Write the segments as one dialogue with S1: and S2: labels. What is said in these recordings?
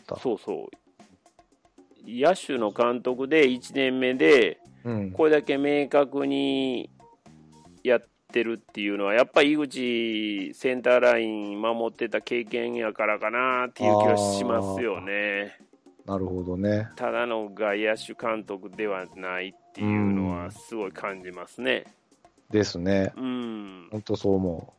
S1: した。
S2: そうそう。野手の監督で1年目で、
S1: うん。
S2: これだけ明確にやってるっていうのは、やっぱり井口センターライン守ってた経験やからかなっていう気はしますよね。
S1: なるほどね。
S2: ただの外野手監督ではないっていうの
S1: うん
S2: は、すごい感じますね。
S1: ですね。
S2: うん。
S1: 本当そう思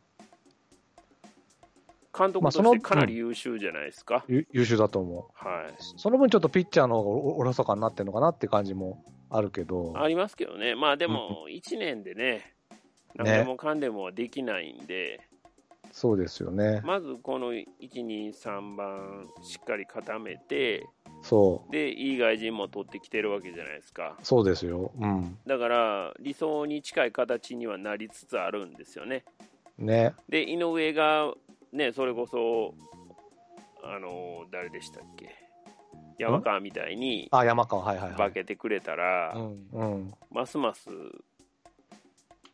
S2: 監督
S1: まあ
S2: とし
S1: その
S2: てかなり優秀じゃないですか。
S1: う。ゆ優秀だと思う。
S2: はい。
S1: その分ちょっとピッチャーの方がおおろそかになってるのかなって感じもあるけど。
S2: ありますけどね、まあでも、1年でね、
S1: ね
S2: 何でもかんでもはできないんで、
S1: そうですよ ね。
S2: まずこの1、2、3番、しっかり固めて、
S1: そ
S2: で、いい外人も取ってきてるわけじゃないですか。
S1: う。そうですよ。うん。
S2: だから、理想に近い形にはなりつつあるんですよね。
S1: ね。
S2: で、井上が、ね、それこそ、あの、誰でしたっけ、山川みたいに
S1: あ、山川、はいはいは
S2: 化
S1: い。
S2: けてくれたら、
S1: うん。うん。
S2: ますます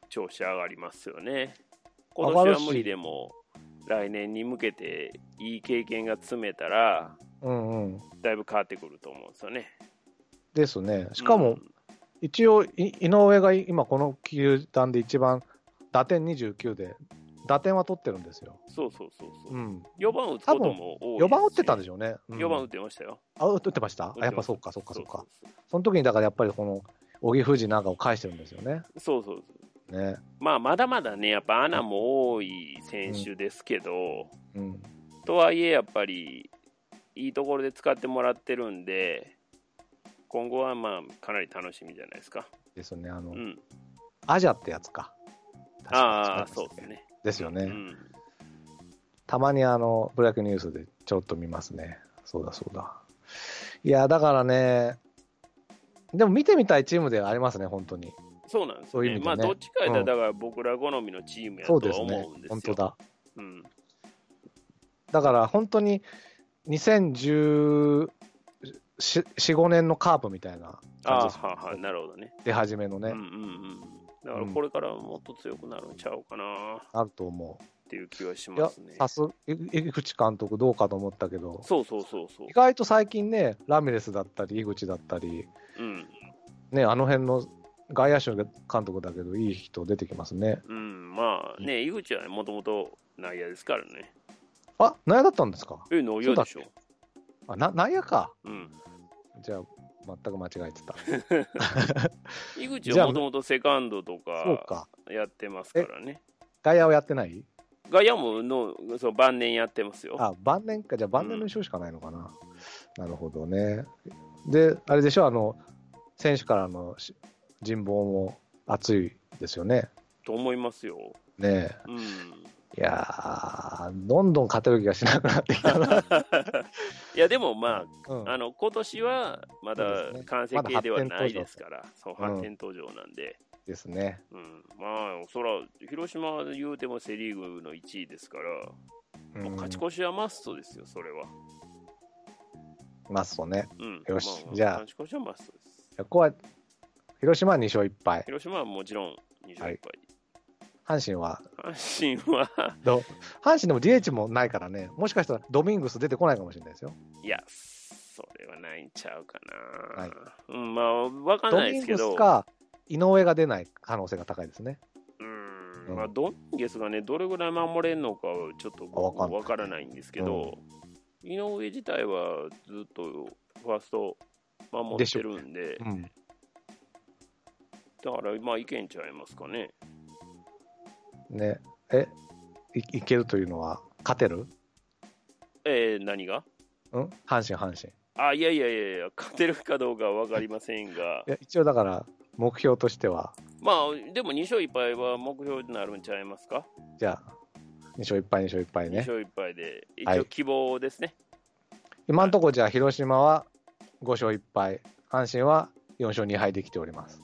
S2: 調子上がりますよね。今
S1: 上が
S2: 年
S1: るし
S2: は無理でも、来年に向けていい経験が積めたら、
S1: うんうん。
S2: だいぶ変わってくると思うんですよね。
S1: ですね。しかも、
S2: うん
S1: 一応、い井上が今この球団で一番、打点29で、打点は取ってるんですよ。
S2: そうそうそうそう、
S1: うん。
S2: 4番打つことも多い
S1: 4番打ってたんで
S2: し
S1: しょうね。う
S2: ょ
S1: ん
S2: 4番打ってましたよ。
S1: あ、打ってました
S2: 打
S1: あ、
S2: て
S1: やっ
S2: ま
S1: ぱ
S2: し
S1: そ
S2: た
S1: うか、そうか、そうか。
S2: そう
S1: その時に、だからやっぱりこの、小木富士なんかを返してるんですよね。
S2: そうそうそう
S1: ね。
S2: まあ、まだまだね、やっぱ穴も多い選手ですけど、
S1: うん。
S2: とはいえ、やっぱり、いいところで使ってもらってるんで、今後はまあ、かなり楽しみじゃないですか。
S1: ですよね。あの、
S2: うん。
S1: アジャってやつか。確
S2: ああ、
S1: かに違いました
S2: そうです。ね。
S1: ですよね。
S2: うん、
S1: たまにあの、ブラックニュースでちょっと見ますね。そうだそうだ。いや、だからね、でも見てみたいチームではありますね、本当に。
S2: そうなんです
S1: そ
S2: よ
S1: ういう意
S2: ね。
S1: 味でね
S2: まあ、どっちかやったら、
S1: うん
S2: だから僕ら好みのチームやと
S1: そう
S2: は
S1: です
S2: 思うんです
S1: ね
S2: よ。。
S1: 本当だ。
S2: うん。
S1: だから本当に2014、5年のカープみたいな
S2: あ
S1: 感
S2: あ、
S1: じです
S2: ははなるほどね。
S1: 出始めのね、
S2: うんうんうん。だから、これからもっと強くなるんちゃうかなっ
S1: あると思
S2: ていう気はし
S1: う。いや
S2: ま、すね。
S1: さす井口監督どうかと思ったけど、
S2: そうそうそうそう
S1: 意。外と最近ね、ラミレスだったり、井口だったり、
S2: うん。
S1: ね、あの辺の外野手の監督だけど、いい人出てきますね。
S2: うん。まあね、井口はもともと内野ですからね。
S1: あ、内野だったんですか
S2: え、内野でしょ
S1: そう。あ、な内野か。
S2: うん。
S1: じゃあ、全く間違え てた。
S2: 井口
S1: じゃあ
S2: はもともとセカンドと
S1: そう
S2: か
S1: か。
S2: やってますからね。
S1: 外野をやってない
S2: 外野ものそう晩年やってますよ。
S1: あ、晩年か。じゃあ、晩年の衣装しかないのかな。なるほどね。で、あれでしょ、あの、選手からのし人望も熱いですよね。
S2: と思いますよ。
S1: ね
S2: うん。
S1: え。いやー、どんどん勝てる気がしなくなってきたな。
S2: いやでもま
S1: う
S2: あ、
S1: ん、
S2: あの今年はまだ
S1: そうですね
S2: 完成形ではないですから、そう
S1: だ
S2: 発展途上なんで、
S1: ですね。
S2: うんまあ、そら、広島言うてもセ・リーグの1位ですから、
S1: うん
S2: もう勝ち越しはマストですよ、それは。
S1: マストね。
S2: うん、
S1: よし
S2: まま
S1: じゃあ
S2: 勝ち越しはマストです。
S1: ここは、広島は2勝1敗。
S2: 広島はもちろん20
S1: はい
S2: 敗、
S1: 阪神は
S2: 阪神は、
S1: ど阪神でも DH もないからね、もしかしたらドミングス出てこないかもしれないですよ。
S2: いや、それはないんちゃうかな。
S1: はい
S2: うん、まあ、わかん
S1: ド
S2: ないで
S1: ミン
S2: すけ
S1: グ
S2: ど
S1: ス、か井上が出ない可能性が高いですね。
S2: うんまあ、ドミンゲスがね、どれぐらい守れるのかはちょっと
S1: わかんない
S2: わからないんですけど、井上自体はずっとファースト守ってるんで、
S1: うん、
S2: だから、まあ、いけんちゃいますかね。
S1: ねえい、いけるというのは、勝てるん
S2: えー、何が
S1: 阪神、阪神。
S2: あ、いやいやいやいや、勝てるかどうかは分かりませ んが
S1: い、や一応だから、目標としては、
S2: まあ、でも2勝1敗は目標になるんちゃいますか、
S1: じゃあ、2勝1敗、2勝1敗
S2: 二2
S1: ね。
S2: 勝1敗で、一
S1: はい
S2: 応希望ですね。
S1: 今のところ、じゃあ、広島は5勝1敗、阪神は4勝2敗できております。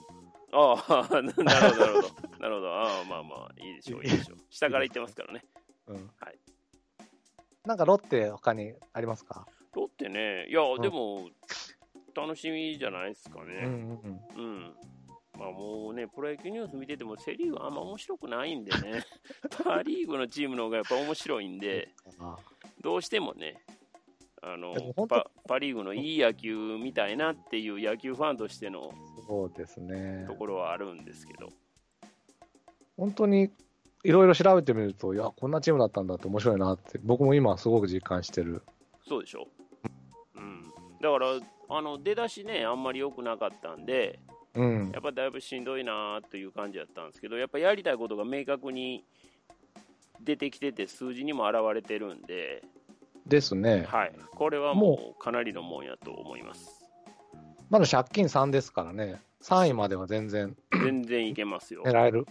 S2: あ あ、なるほど、なるほど。なるほど。ああ、まあまあ、いいで しょう、いいでしょう。下から行ってますからね。
S1: うん
S2: はい
S1: なんかロッテ、他にありますか、
S2: ロッテね、いや、
S1: ん
S2: でも、楽しみじゃないですか
S1: う
S2: ね。
S1: んうんうん
S2: うん。まあもうね、プロ野球ニュース見てても、セ・リーグあんま面白くないんでね、 パ・リーグのチームの方がやっぱ面白いんで、
S1: あ
S2: どうしてもね、あの
S1: でも本当
S2: パパ・リーグのいい野球みたいなっていう野球ファンとしての
S1: そうですね
S2: と。ころはあるんですけど、
S1: 本当にいろいろ調べてみると、いや、こんなチームだったんだって面白いなって、僕も今すごく実感してる。
S2: そうでしょ、うん、だからあの出だしね、あんまり良くなかったんで、
S1: うん
S2: や。っぱだいぶしんどいなという感じだったんですけど、やっぱやりたいことが明確に出てきてて、数字にも表れてるんで、
S1: ですね。
S2: はい、これはもうかなりのもんやと思います。
S1: まだ借金3ですからね。3位までは全然
S2: 全然いけますよ。
S1: 狙える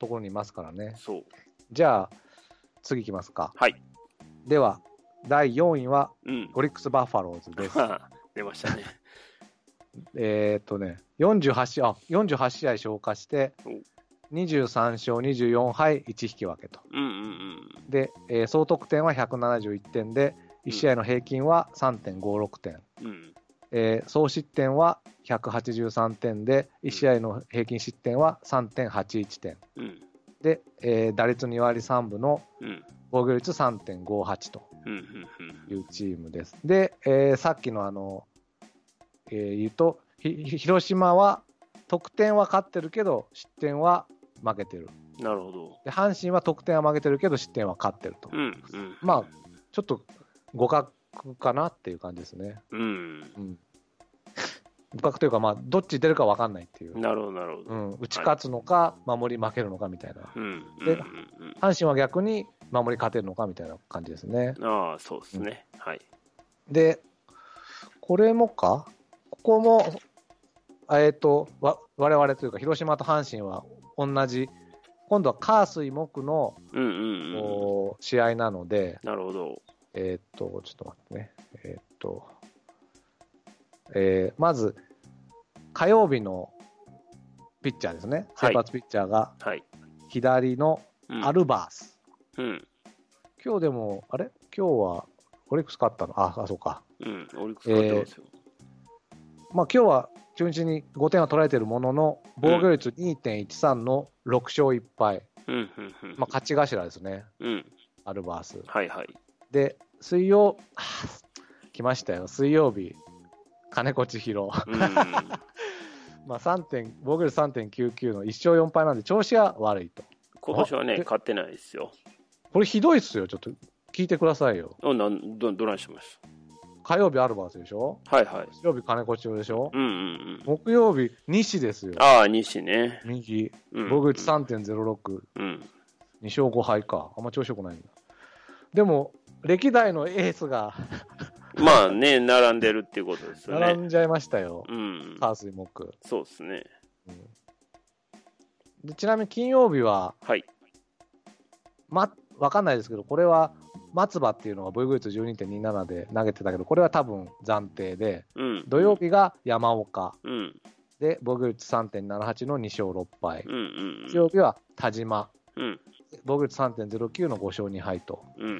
S1: ところにいますからね。
S2: そう。
S1: じゃあ、次いきますか。
S2: はい。
S1: では、第4位は
S2: うん。
S1: オリックス・バファローズです。
S2: 出ましたね。
S1: えーっとね、48試合、あ48試合消化して
S2: お、
S1: 23勝24敗1引き分けと。
S2: うんうんうん。
S1: で、えー総得点は171点で、1試合の平均は3.56点。
S2: うん。
S1: えー総失点は183点で、1試合の平均失点は3.81点。
S2: うん。
S1: で、えー打率2割3分の
S2: うん。
S1: 防御率3.58と
S2: うん。うん。
S1: いうチームです。で、えーさっきのあの、えー言うと、ひひ広島は得点は勝ってるけど、失点は負けてる。
S2: うんなるほど。
S1: で、阪神は得点は負けてるけど、失点は勝ってると。
S2: うん。うん。
S1: まあ、ちょっと互角かなっていう感じですね。
S2: うん。
S1: うん、互角というか、まあ、どっち出るか分かんないっていう、
S2: なるほど、なるほ
S1: う
S2: ど。
S1: ん、打ち勝つのか、守り負けるのかみたいな、
S2: うん。うん。
S1: で
S2: うん
S1: 阪神は逆に守り勝てるのかみたいな感じですね。
S2: うん。ああ、そうですね。はい。
S1: で、これもか、ここも、あえっ、と、わ我々というか、広島と阪神は同じ、今度は火、水、木の、
S2: うんうんうん。
S1: こう試合なので、
S2: なるほど。
S1: えーっと、ちょっと待ってね。えーっと、えーまず、火曜日のピッチャーですね。
S2: はい
S1: 先発ピッチャーが
S2: はい。
S1: 左の
S2: うん
S1: ア。ルバース。
S2: うん。
S1: 今日でも、あれ今日はオリックス勝ったのあ、あ、そうか。
S2: うん。オリックス勝ってますよ。
S1: まあ今日は中日に5点は取られてるものの、防御率2.13の6勝1敗。
S2: うん。うん。うん。
S1: まあ勝ち頭ですね。
S2: うん。
S1: アルバース。
S2: はい はい。
S1: で、水曜、 あー来ましたよ。水曜日、金子千尋。
S2: うん。
S1: まあ、3点防御率3.99の1勝4敗なんで調子は悪いと。
S2: 今年は
S1: あ
S2: ね、
S1: で
S2: 勝ってないですよ。
S1: これひどいっすよ、ちょっと聞いてくださいよ。
S2: あなんど、どないしまし
S1: 火曜日アルバースでしょ
S2: たはいはい。
S1: 日曜日金子中でしょ
S2: うんうんうん。
S1: 木曜日西ですよ。
S2: ああ、西ね。
S1: 右。
S2: うん。
S1: 防御率3.06、
S2: うん。
S1: 2勝5敗か。あんま調子良くないんだ。でも、歴代のエースが
S2: まあね、並んでるっていうことですよ
S1: 並
S2: ね。
S1: んじゃいましたよ。
S2: うん。
S1: 火水木。
S2: そうですね。
S1: うんでちなみに金曜日は、
S2: はい。
S1: ま、わかんないですけど、これは松葉っていうのが防御率12.27で投げてたけど、これは多分暫定で、
S2: うん。
S1: 土曜日が山岡
S2: うん。
S1: で、防御率3.78の2勝6敗
S2: う、んうん
S1: 月曜日は田島、
S2: うん。
S1: 防御率3.09の5勝2敗と、
S2: うん。うん。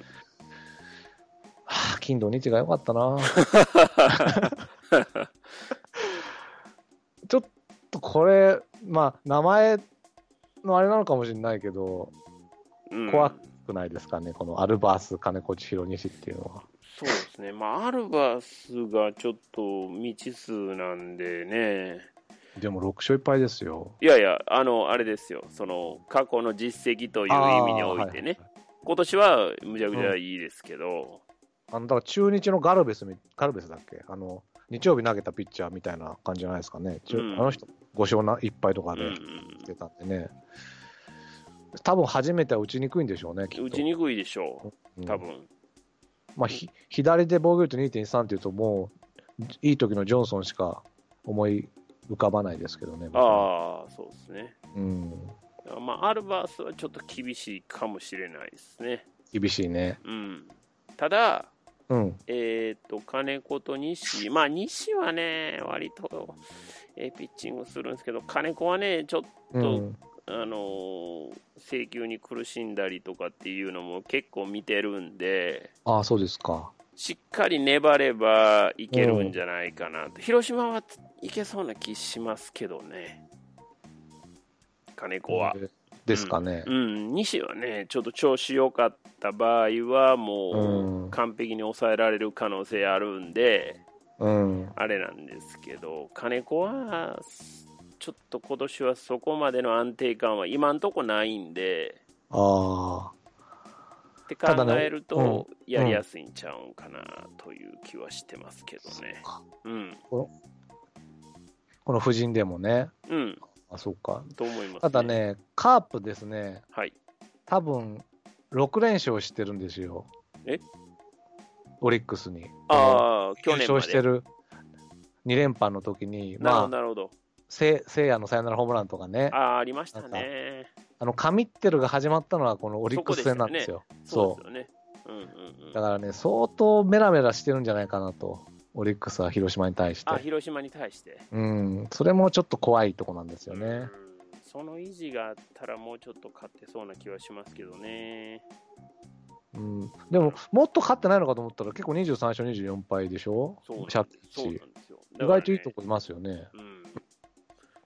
S1: はあ、金土日が良かった な、ちょっとこれ、まあ、名前のあれなのかもしれないけど、
S2: うん
S1: 怖少ないですかね、このアルバース、金子千尋西っていうのは。
S2: そうですね。まあ、アルバスがちょっと未知数なんでね。
S1: でも6勝1敗ですよ。
S2: いやいや、あの、あれですよ。その、過去の実績という意味においてね。
S1: あー。はい
S2: 今年はむちゃくちゃいいですけど、
S1: あのだから中日のガルベスみ、ガルベスだっけあの、日曜日投げたピッチャーみたいな感じじゃないですかね。中
S2: うん
S1: あの人、5勝な1敗とか
S2: うん
S1: で来てたんでね。多分初めては打ちにくいんでしょうね、きっ
S2: う
S1: と。
S2: ん打ちにくいでしょ
S1: うん
S2: う、多分。
S1: まあ、ひ左で防御率2.3っていうと、もう、いい時のジョンソンしか思い浮かばないですけどね。僕
S2: あ
S1: は
S2: あ、そうですね。
S1: うん。
S2: まあ、アルバスはちょっと厳しいかもしれないですね。
S1: 厳しいね。
S2: うん、ただ、
S1: うん。
S2: えー、と金子と西、まあ、西はね、割と、えーピッチングするんですけど、金子はね、ちょっ
S1: う
S2: と
S1: ん。
S2: あのー請求に苦しんだりとかっていうのも結構見てるんで、
S1: ああ、そうですか。
S2: しっかり粘ればいけるんじゃないかなと、広島はいけそうな気しますけどね、金子は。
S1: えーですかね。
S2: うん、西はね、ちょっと調子良かった場合は、
S1: う
S2: も
S1: ん
S2: う完璧に抑えられる可能性あるんで、
S1: うん。
S2: あれなんですけど、金子は、ちょっと今年はそこまでの安定感は今んとこないんで、
S1: ああ。
S2: って考
S1: ただね
S2: えると、やりやすいんちゃうんかなという気はしてますけどね。うん、
S1: この夫人でもね。
S2: うん、
S1: あ、そうか。
S2: と思います、
S1: ただ、ね、カープですね、
S2: はい、
S1: 多分6連勝してるんですよ。
S2: え
S1: オリックスに。
S2: ああ、去
S1: 優
S2: 年ま
S1: 勝
S2: で。
S1: してる2連覇の時
S2: なる
S1: に、
S2: ほど、
S1: まあ、
S2: なるほど。
S1: せせいやのサヨナラホームランとかね、あ
S2: ああ、ありましたね。
S1: の神ってるが始まったのはこのオリックス戦なんですよ。
S2: そう
S1: そ
S2: ですよね。うんうんう
S1: うんだ。からね、相当メラメラしてるんじゃないかなと、オリックスは広島に対し
S2: あ
S1: て。
S2: 広島に対して、
S1: うん、それもちょっと怖いとこなんですよ
S2: う
S1: ね
S2: ん。その維持があったらもうちょっと勝ってそうな気はしますけどね
S1: うん、でも、もっと勝ってないのかと思ったら、結構23勝24敗でしょ、
S2: そうなんで
S1: シャープ
S2: すそうなんですよ
S1: 意
S2: だからね
S1: 外といいとこいますよね。
S2: うん、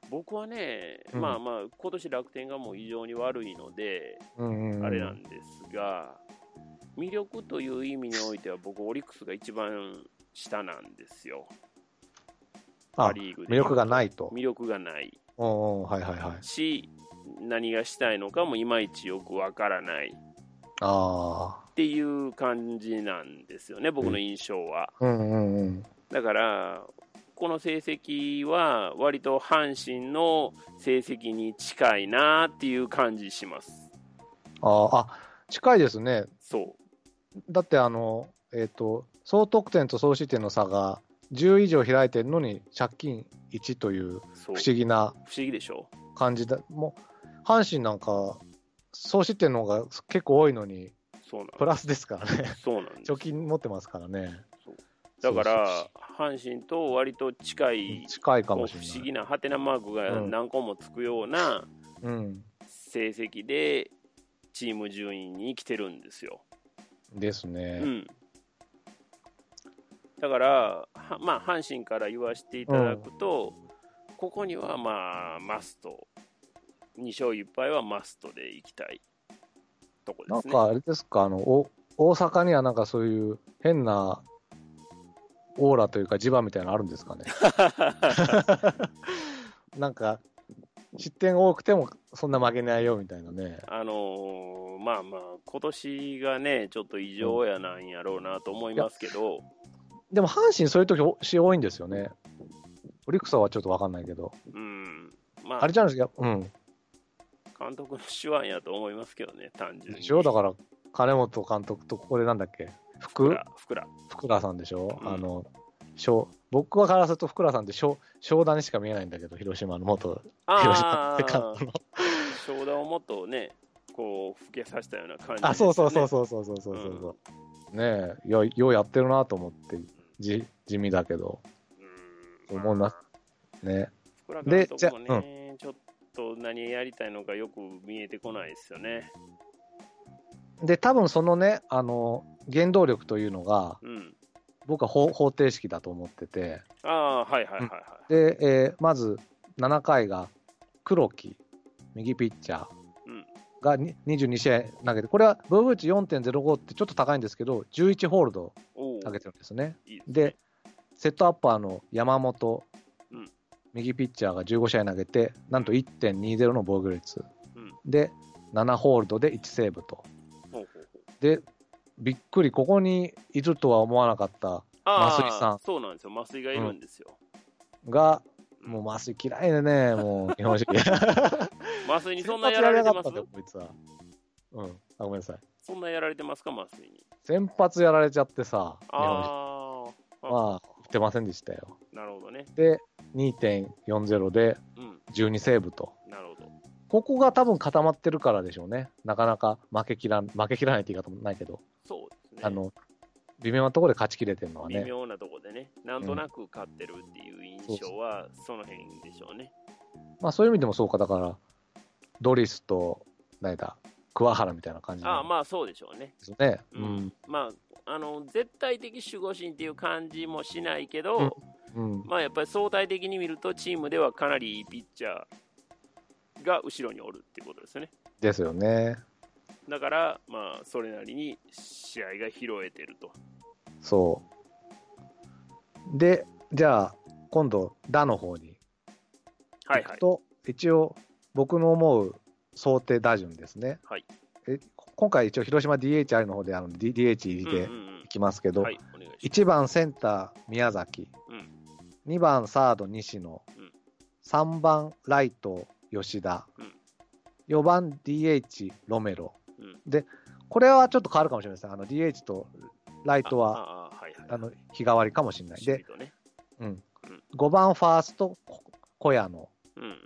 S2: 僕はね、
S1: うん
S2: まあまあ今年楽天がもう異常に悪いので、
S1: うんうん、
S2: あれなんですが魅力という意味においては僕オリックスが一番下なんですよ
S1: あ
S2: パリーグで
S1: 魅力がないと。
S2: 魅力がない
S1: うんうん、はいはいはい。
S2: し何がしたいのかもいまいちよくわからない
S1: あ
S2: っていう感じなんですよね、僕の印象は。
S1: あ。うんうんうん。
S2: だから、この成績は割と阪神の成績に近いなっていう感じします。
S1: あーあ、近いですね。
S2: そ
S1: だって、あの、えっ、と、総得点と総失点の差が10以上開いてるのに借金1という
S2: う、そう
S1: 不思議な
S2: 不思議でしょ
S1: 感じだ。もう、阪神なんか、総失点の方が結構多いのに、
S2: そうなん
S1: プラスですからね。
S2: そうなんです
S1: 貯金持ってますからね。
S2: だか
S1: そう
S2: ら、阪神と割と近い、
S1: 近いか
S2: こ
S1: も
S2: う
S1: し
S2: 不
S1: れない。
S2: 思議なハテナマークが何個もつくような
S1: うん。
S2: 成績で、チーム順位に来てるんですよ。
S1: ですね。
S2: うん、だから、はまあ、阪神から言わせていただくと、ここには、まあ、マスト、2勝1敗はマストでいきたいとこ
S1: な
S2: で
S1: ん
S2: すね。
S1: かあれですか、あのお大阪にはなんかそういう変なオーラというか磁場みたいなのあるんです かね。なんか失点多くてもそんな負けないよみたいなね。
S2: あのーまあまあ、今年がね、ちょっと異常やなんやろうなと思いますけど、
S1: でも阪神そういう時おし多いんですよね。オリックスはちょっとわかんないけど。
S2: うん、ま
S1: あ
S2: あ
S1: れ、じゃないですか、うん。
S2: 監督の手腕やと思いますけどね、単純に。
S1: でしょだから金本監督とこれなんだっけ
S2: ふく
S1: 福
S2: ら、ふくら、
S1: 福良さんでしょ、
S2: うん
S1: あの小僕はからすると福良さんって小商談にしか見えないんだけど広島の元広島
S2: あ
S1: って監
S2: あ、
S1: 督の
S2: 正田をもっとね、こう、ふけさせたような感じ、ね。
S1: あ、そうそうそうそうそうそうそうそう、ねえ、いや、ようやってるなと思って、じ地味だけど、
S2: うん
S1: 思うな。ね。
S2: まあ
S1: で
S2: 福良監督も
S1: じゃあ
S2: ね、ちょっと何やりたいのかよく見えてこないですよね。
S1: で、多分そのね、あの、原動力というのが、
S2: うん。
S1: 僕は方方程式だと思ってて、
S2: ああー、はいはいはいはい。
S1: で、えーまず7回が黒木、右ピッチャー
S2: うん
S1: がに22試合投げて、これは防御率4.05ってちょっと高いんですけど、11ホールド
S2: おお、
S1: 投げてるんですね。
S2: いいですね
S1: で、セットアッパーの山本、
S2: うん
S1: 右ピッチャーが15試合投げて、なんと1.20の防御率、
S2: うん
S1: で、7ホールドで1セーブと、
S2: ほうほうほう
S1: で、びっくり、ここにいるとは思わなかった
S2: あ
S1: 増井さん
S2: あ、そうなんですよ。麻酔がいるんですよ。
S1: が、もう麻酔嫌いで ね、もう日本人、
S2: 麻酔にそんなやられ てます
S1: 先発やらなかったんだよこいつは。うん、あごめんなさい。
S2: そんなやられてますか、麻酔に。
S1: 先発やられちゃってさ、日本人
S2: ああ、
S1: まあ、打てませんでしたよ。
S2: なるほどね。
S1: で、2.40で
S2: うん、
S1: 12セーブと。
S2: なるほど。
S1: ここが多分固まってるからでしょうね。なかなか負けきらん、負けきらないって言い方もないけど、
S2: そうですね。
S1: あの、微妙なところで勝ちきれてるのは
S2: 微
S1: ね。
S2: 妙なとこでね、なんとなく勝ってるっていう印象は、その辺でしょうね。
S1: まあそういう意味でもそうか、だから、ドリスと、誰だ、桑原みたいな感じ
S2: ああ、
S1: なんで
S2: まあそうでしょうね。
S1: すね。
S2: うんまあ、あの絶対的守護神っていう感じもしないけど、
S1: うん。うん。
S2: まあ、やっぱり相対的に見るとチームではかなりいいピッチャーが後ろにおるっていうことですよね。
S1: ですよね。
S2: だから、まあ、それなりに試合が拾えてると。
S1: そう。で、じゃあ、今度、打の方に
S2: はい
S1: 行
S2: は
S1: く
S2: い。
S1: と、一応、僕の思う想定打順ですね。
S2: はい
S1: え今回、一応、広島 DHR の方であの D- DH 入りで
S2: うんうん
S1: いきますけ
S2: う
S1: ど、
S2: ん、はい、お願いし
S1: 1番センター、宮崎、
S2: うん
S1: 2番サード、西野、
S2: うん
S1: 3番ライト、吉田、
S2: うん
S1: 4番 DH、ロメロ、
S2: うん
S1: で、これはちょっと変わるかもしれません。あの DH とライ
S2: ます。
S1: トは
S2: あああはいはい、
S1: あの日替わりかもしれない。
S2: 守備
S1: で、
S2: とね、
S1: うん、5番ファースト、こ小屋の、
S2: うんうんうん。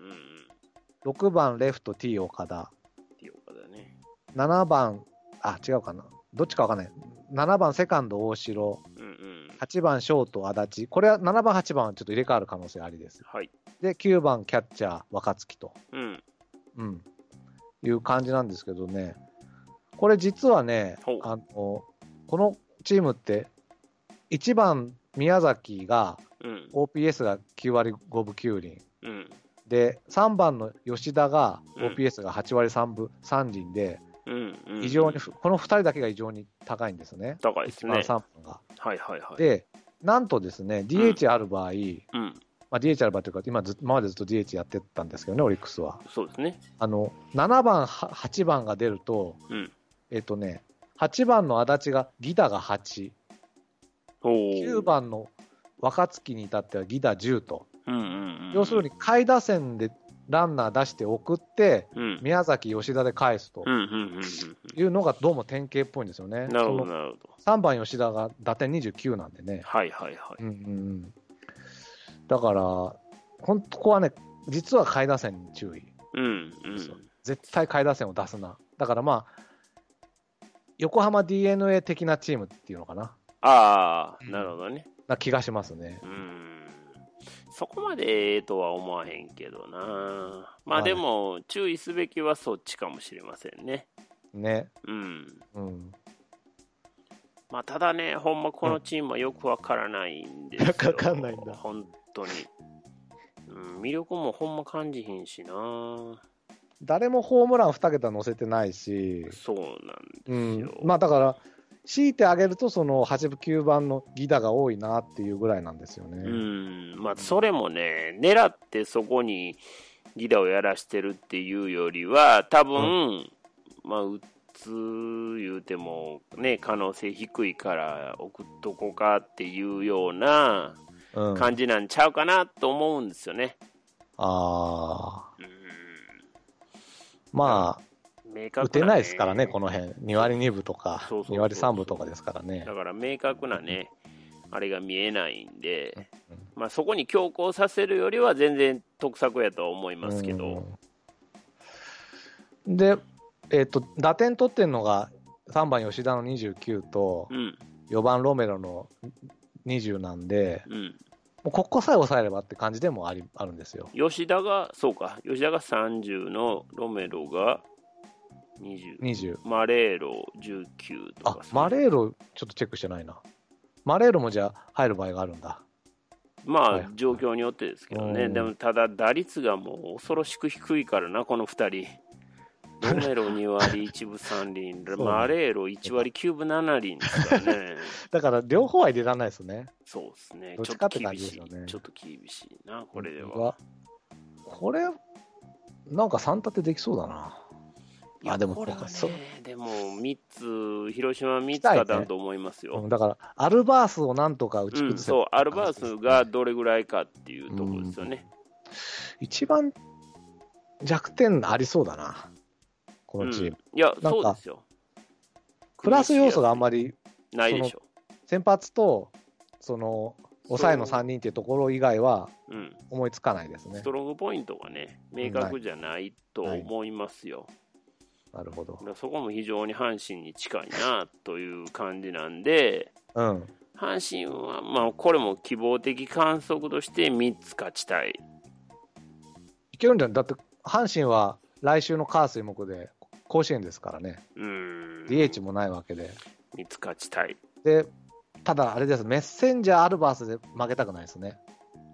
S1: 6番レフト、T 岡田、
S2: っていうことだね。
S1: 7番、あ、違うかな、どっちかわかんない、7番セカンド、大城、
S2: うんうん。
S1: 8番ショート、足立、これは7番、8番はちょっと入れ替わる可能性ありです。
S2: はい。
S1: で、9番、キャッチャー、若月と、
S2: うん。
S1: うん、いう感じなんですけどね、これ実はね
S2: ほう、
S1: あのこのチームって、1番、宮崎が
S2: うん。
S1: OPS が9割5分9厘。
S2: うん。
S1: で、3番の吉田が
S2: うん
S1: OPS が8割3分3厘で、
S2: うん。うん
S1: 異常に、この2人だけが異常に高いんですね。
S2: 高いです
S1: 1番
S2: ね。
S1: 3分が。
S2: はいはいはい。、
S1: で、なんとですね、DH ある場合、
S2: うん。
S1: まあ、DH ある場合というか、今ず、今までずっと DH やってたんですけどね、オリックスは。
S2: そうですね。
S1: あの、7番、は8番が出ると、
S2: うん。
S1: えっとね、8番の足立が、ギダが8、
S2: おー
S1: 9。番の若月に至ってはギダ10と、
S2: うんうんうん。
S1: 要するに下位打線でランナー出して送って、
S2: うん、うん。
S1: 宮崎、吉田で返すと
S2: うんうんうんうん
S1: いうのがどうも典型っぽいんですよね。
S2: なるほど、
S1: その
S2: なるほど。
S1: 3番吉田が打点29なんでね。
S2: はいはいは
S1: う
S2: い。
S1: んうんうん、だから、本当ここはね、実は下位打線に注意。
S2: うんう
S1: そ
S2: ん。
S1: 絶対下位打線を出すな。だからまあ、横浜 d n a 的なチームっていうのかな、
S2: ああ、なるほどね。
S1: な気がしますね。
S2: うん。そこまでええとは思わへんけどな。まあでも、注意すべきはそっちかもしれませんね。
S1: ね。
S2: うん。
S1: うん。
S2: まあ、ただね、ほんまこのチームはよくわからないんですよ。
S1: よくわかんないんだ
S2: 本当に。うん、魅力もほんま感じひんしな。
S1: 誰もホームラン2桁乗せてないし、
S2: そうなんで
S1: う
S2: す
S1: ん
S2: よ。、
S1: まあだから、強いてあげると、その8分、9番のギダが多いなっていうぐらいなんですよね。
S2: うん、まあ、それもね、狙ってそこにギダをやらしてるっていうよりは、多分、まあ、打つ言うても、ね、可能性低いから送っとこうかっていうような
S1: うん、あ
S2: 感じなんちゃうかなと思うんですよね。
S1: あ
S2: うん
S1: ー、まあ、
S2: 明確
S1: 打てないですからね、この辺。2割2分とか、
S2: そうそうそうそう
S1: 2割3分とかですからね
S2: だ。から明確なね、あれが見えないんで
S1: うん、
S2: まあ、そこに強行させるよりは全然得策やとは思いますけど、
S1: うんで、えっ、と、打点取ってんのが、3番吉田の29と
S2: う、ん、
S1: 4番ロメロの20なんで、
S2: うん、
S1: もうここさえ抑えればって感じでもありあるんですよ。
S2: 吉田が、そうか、吉田が30のロメロが20、
S1: 20。
S2: マレーロ19と
S1: あ
S2: か、
S1: マレーロ、ちょっとチェックしてないな。マレーロもじゃあ入る場合があるんだ。は
S2: ま
S1: い
S2: あ、状況によってですけどね、
S1: うん
S2: でもただ、打率がもう恐ろしく低いからな、この2人。ロメロ2割1分3厘、
S1: そうね
S2: マレーロ1割9分7厘ですからね。
S1: だから両方は入れられないですね。
S2: そうですね。
S1: どっ
S2: ちょ
S1: ち
S2: っ
S1: か
S2: と
S1: って感
S2: 厳
S1: じ
S2: し
S1: です
S2: い、
S1: よね
S2: ちょっと厳しいな、これで
S1: うわ
S2: は。。
S1: これ、なんか3立てできそうだな。
S2: いや
S1: あでも
S2: これはね
S1: そう、
S2: でも3つ、広島3つ
S1: したいね
S2: 勝たんと思いますよ。
S1: うんだから、アルバースをなんとか打ち
S2: うん、
S1: 崩せ、
S2: そう、アルバースがどれぐらいかっていうところですよね。
S1: 一番弱点ありそうだな、こ
S2: う
S1: の
S2: ん
S1: チーム。
S2: いや、
S1: か
S2: そうですよ。
S1: プラス要素があんま
S2: り
S1: り、
S2: ないでしょ。
S1: 先発と、その、抑えの3人っていうところ以外は
S2: うん、
S1: 思いつかないですね
S2: ス。トロングポイントがね、明確じゃないと思いますよ。
S1: なるほど
S2: だ。からそこも非常に阪神に近いなという感じなんで、
S1: うん。
S2: 阪神は、まあ、これも希望的観測として3つ勝ちたい。
S1: いけるんじゃないだって、阪神は来週の火水木で甲子園ですからね。
S2: うーん。
S1: DH もないわけで。
S2: 3つ勝ちたい。
S1: で、ただあれです、メッセンジャーアルバースで負けたくないですね。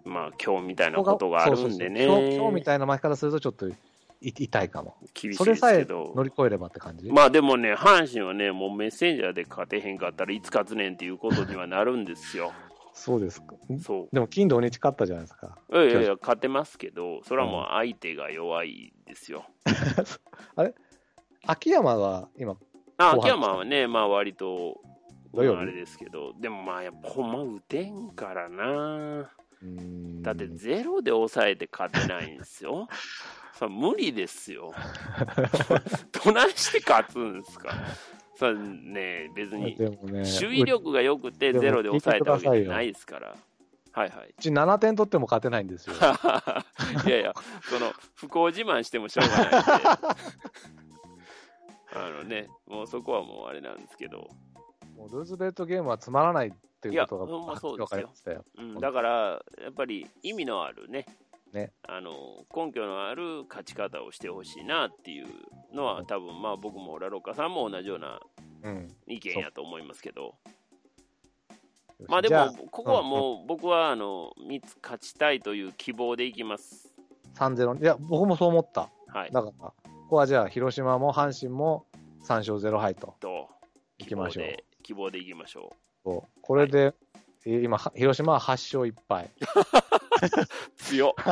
S2: まあ、今日みたいなことがあるんでね。
S1: そうそうそう今日今日みたいな負け方するとちょっとい痛いかも。
S2: 厳し
S1: そ
S2: い
S1: れ
S2: です
S1: さ
S2: け
S1: え
S2: ど
S1: 乗。り越えればって感じ、
S2: まあでもね、阪神はね、もうメッセンジャーで勝てへんかったらいつ勝つねんっていうことにはなるんです よ。
S1: そうですか。ん
S2: そ
S1: でも、金土日勝ったじゃないですか。
S2: う。いやいや、勝てますけど、それはもう相手が弱いですよ。
S1: 秋山は今、
S2: あ
S1: 後半
S2: 秋山はね、まあ割と、
S1: 土曜日
S2: まああれですけど、でもまあやっぱほんま打てんからな。
S1: うーん
S2: だってゼロで抑えて勝てないんです よ。さ無理ですよ。どないして勝つんですか。さね別に
S1: でもね、
S2: 守備力が良くて
S1: でも
S2: ゼロで抑えたわけ
S1: 聞いて
S2: じ
S1: く
S2: ゃ
S1: だ
S2: な
S1: さいよ
S2: いですから。はいはい
S1: うち7点取っても勝てないんですよ。
S2: いやいや、その不幸自慢してもしょう がないんで、あのね、もうそこはもうあれなんですけど、
S1: もうルーズベルトゲームはつまらないっていうこと
S2: いやほん
S1: が、
S2: まそうですよ
S1: 分かりましたよ。
S2: うん、だからやっぱり意味のあるね
S1: ね
S2: あの、根拠のある勝ち方をしてほしいなっていうのは、多分まあ僕もラロッカさんも同じような
S1: うん。
S2: 意見やと思いますけど。まあでも、ここはもう僕はあの3つ勝ちたいという希望でいきます。
S1: 3-0。いや、僕もそう思った。
S2: はい。
S1: だから、ここはじゃあ、広島も阪神も3勝0敗と。
S2: と、
S1: いきまし
S2: 希
S1: ょう
S2: 望で希望でいきましょ
S1: そうこれで、え今、は広島は8勝1敗、
S2: う。強っ。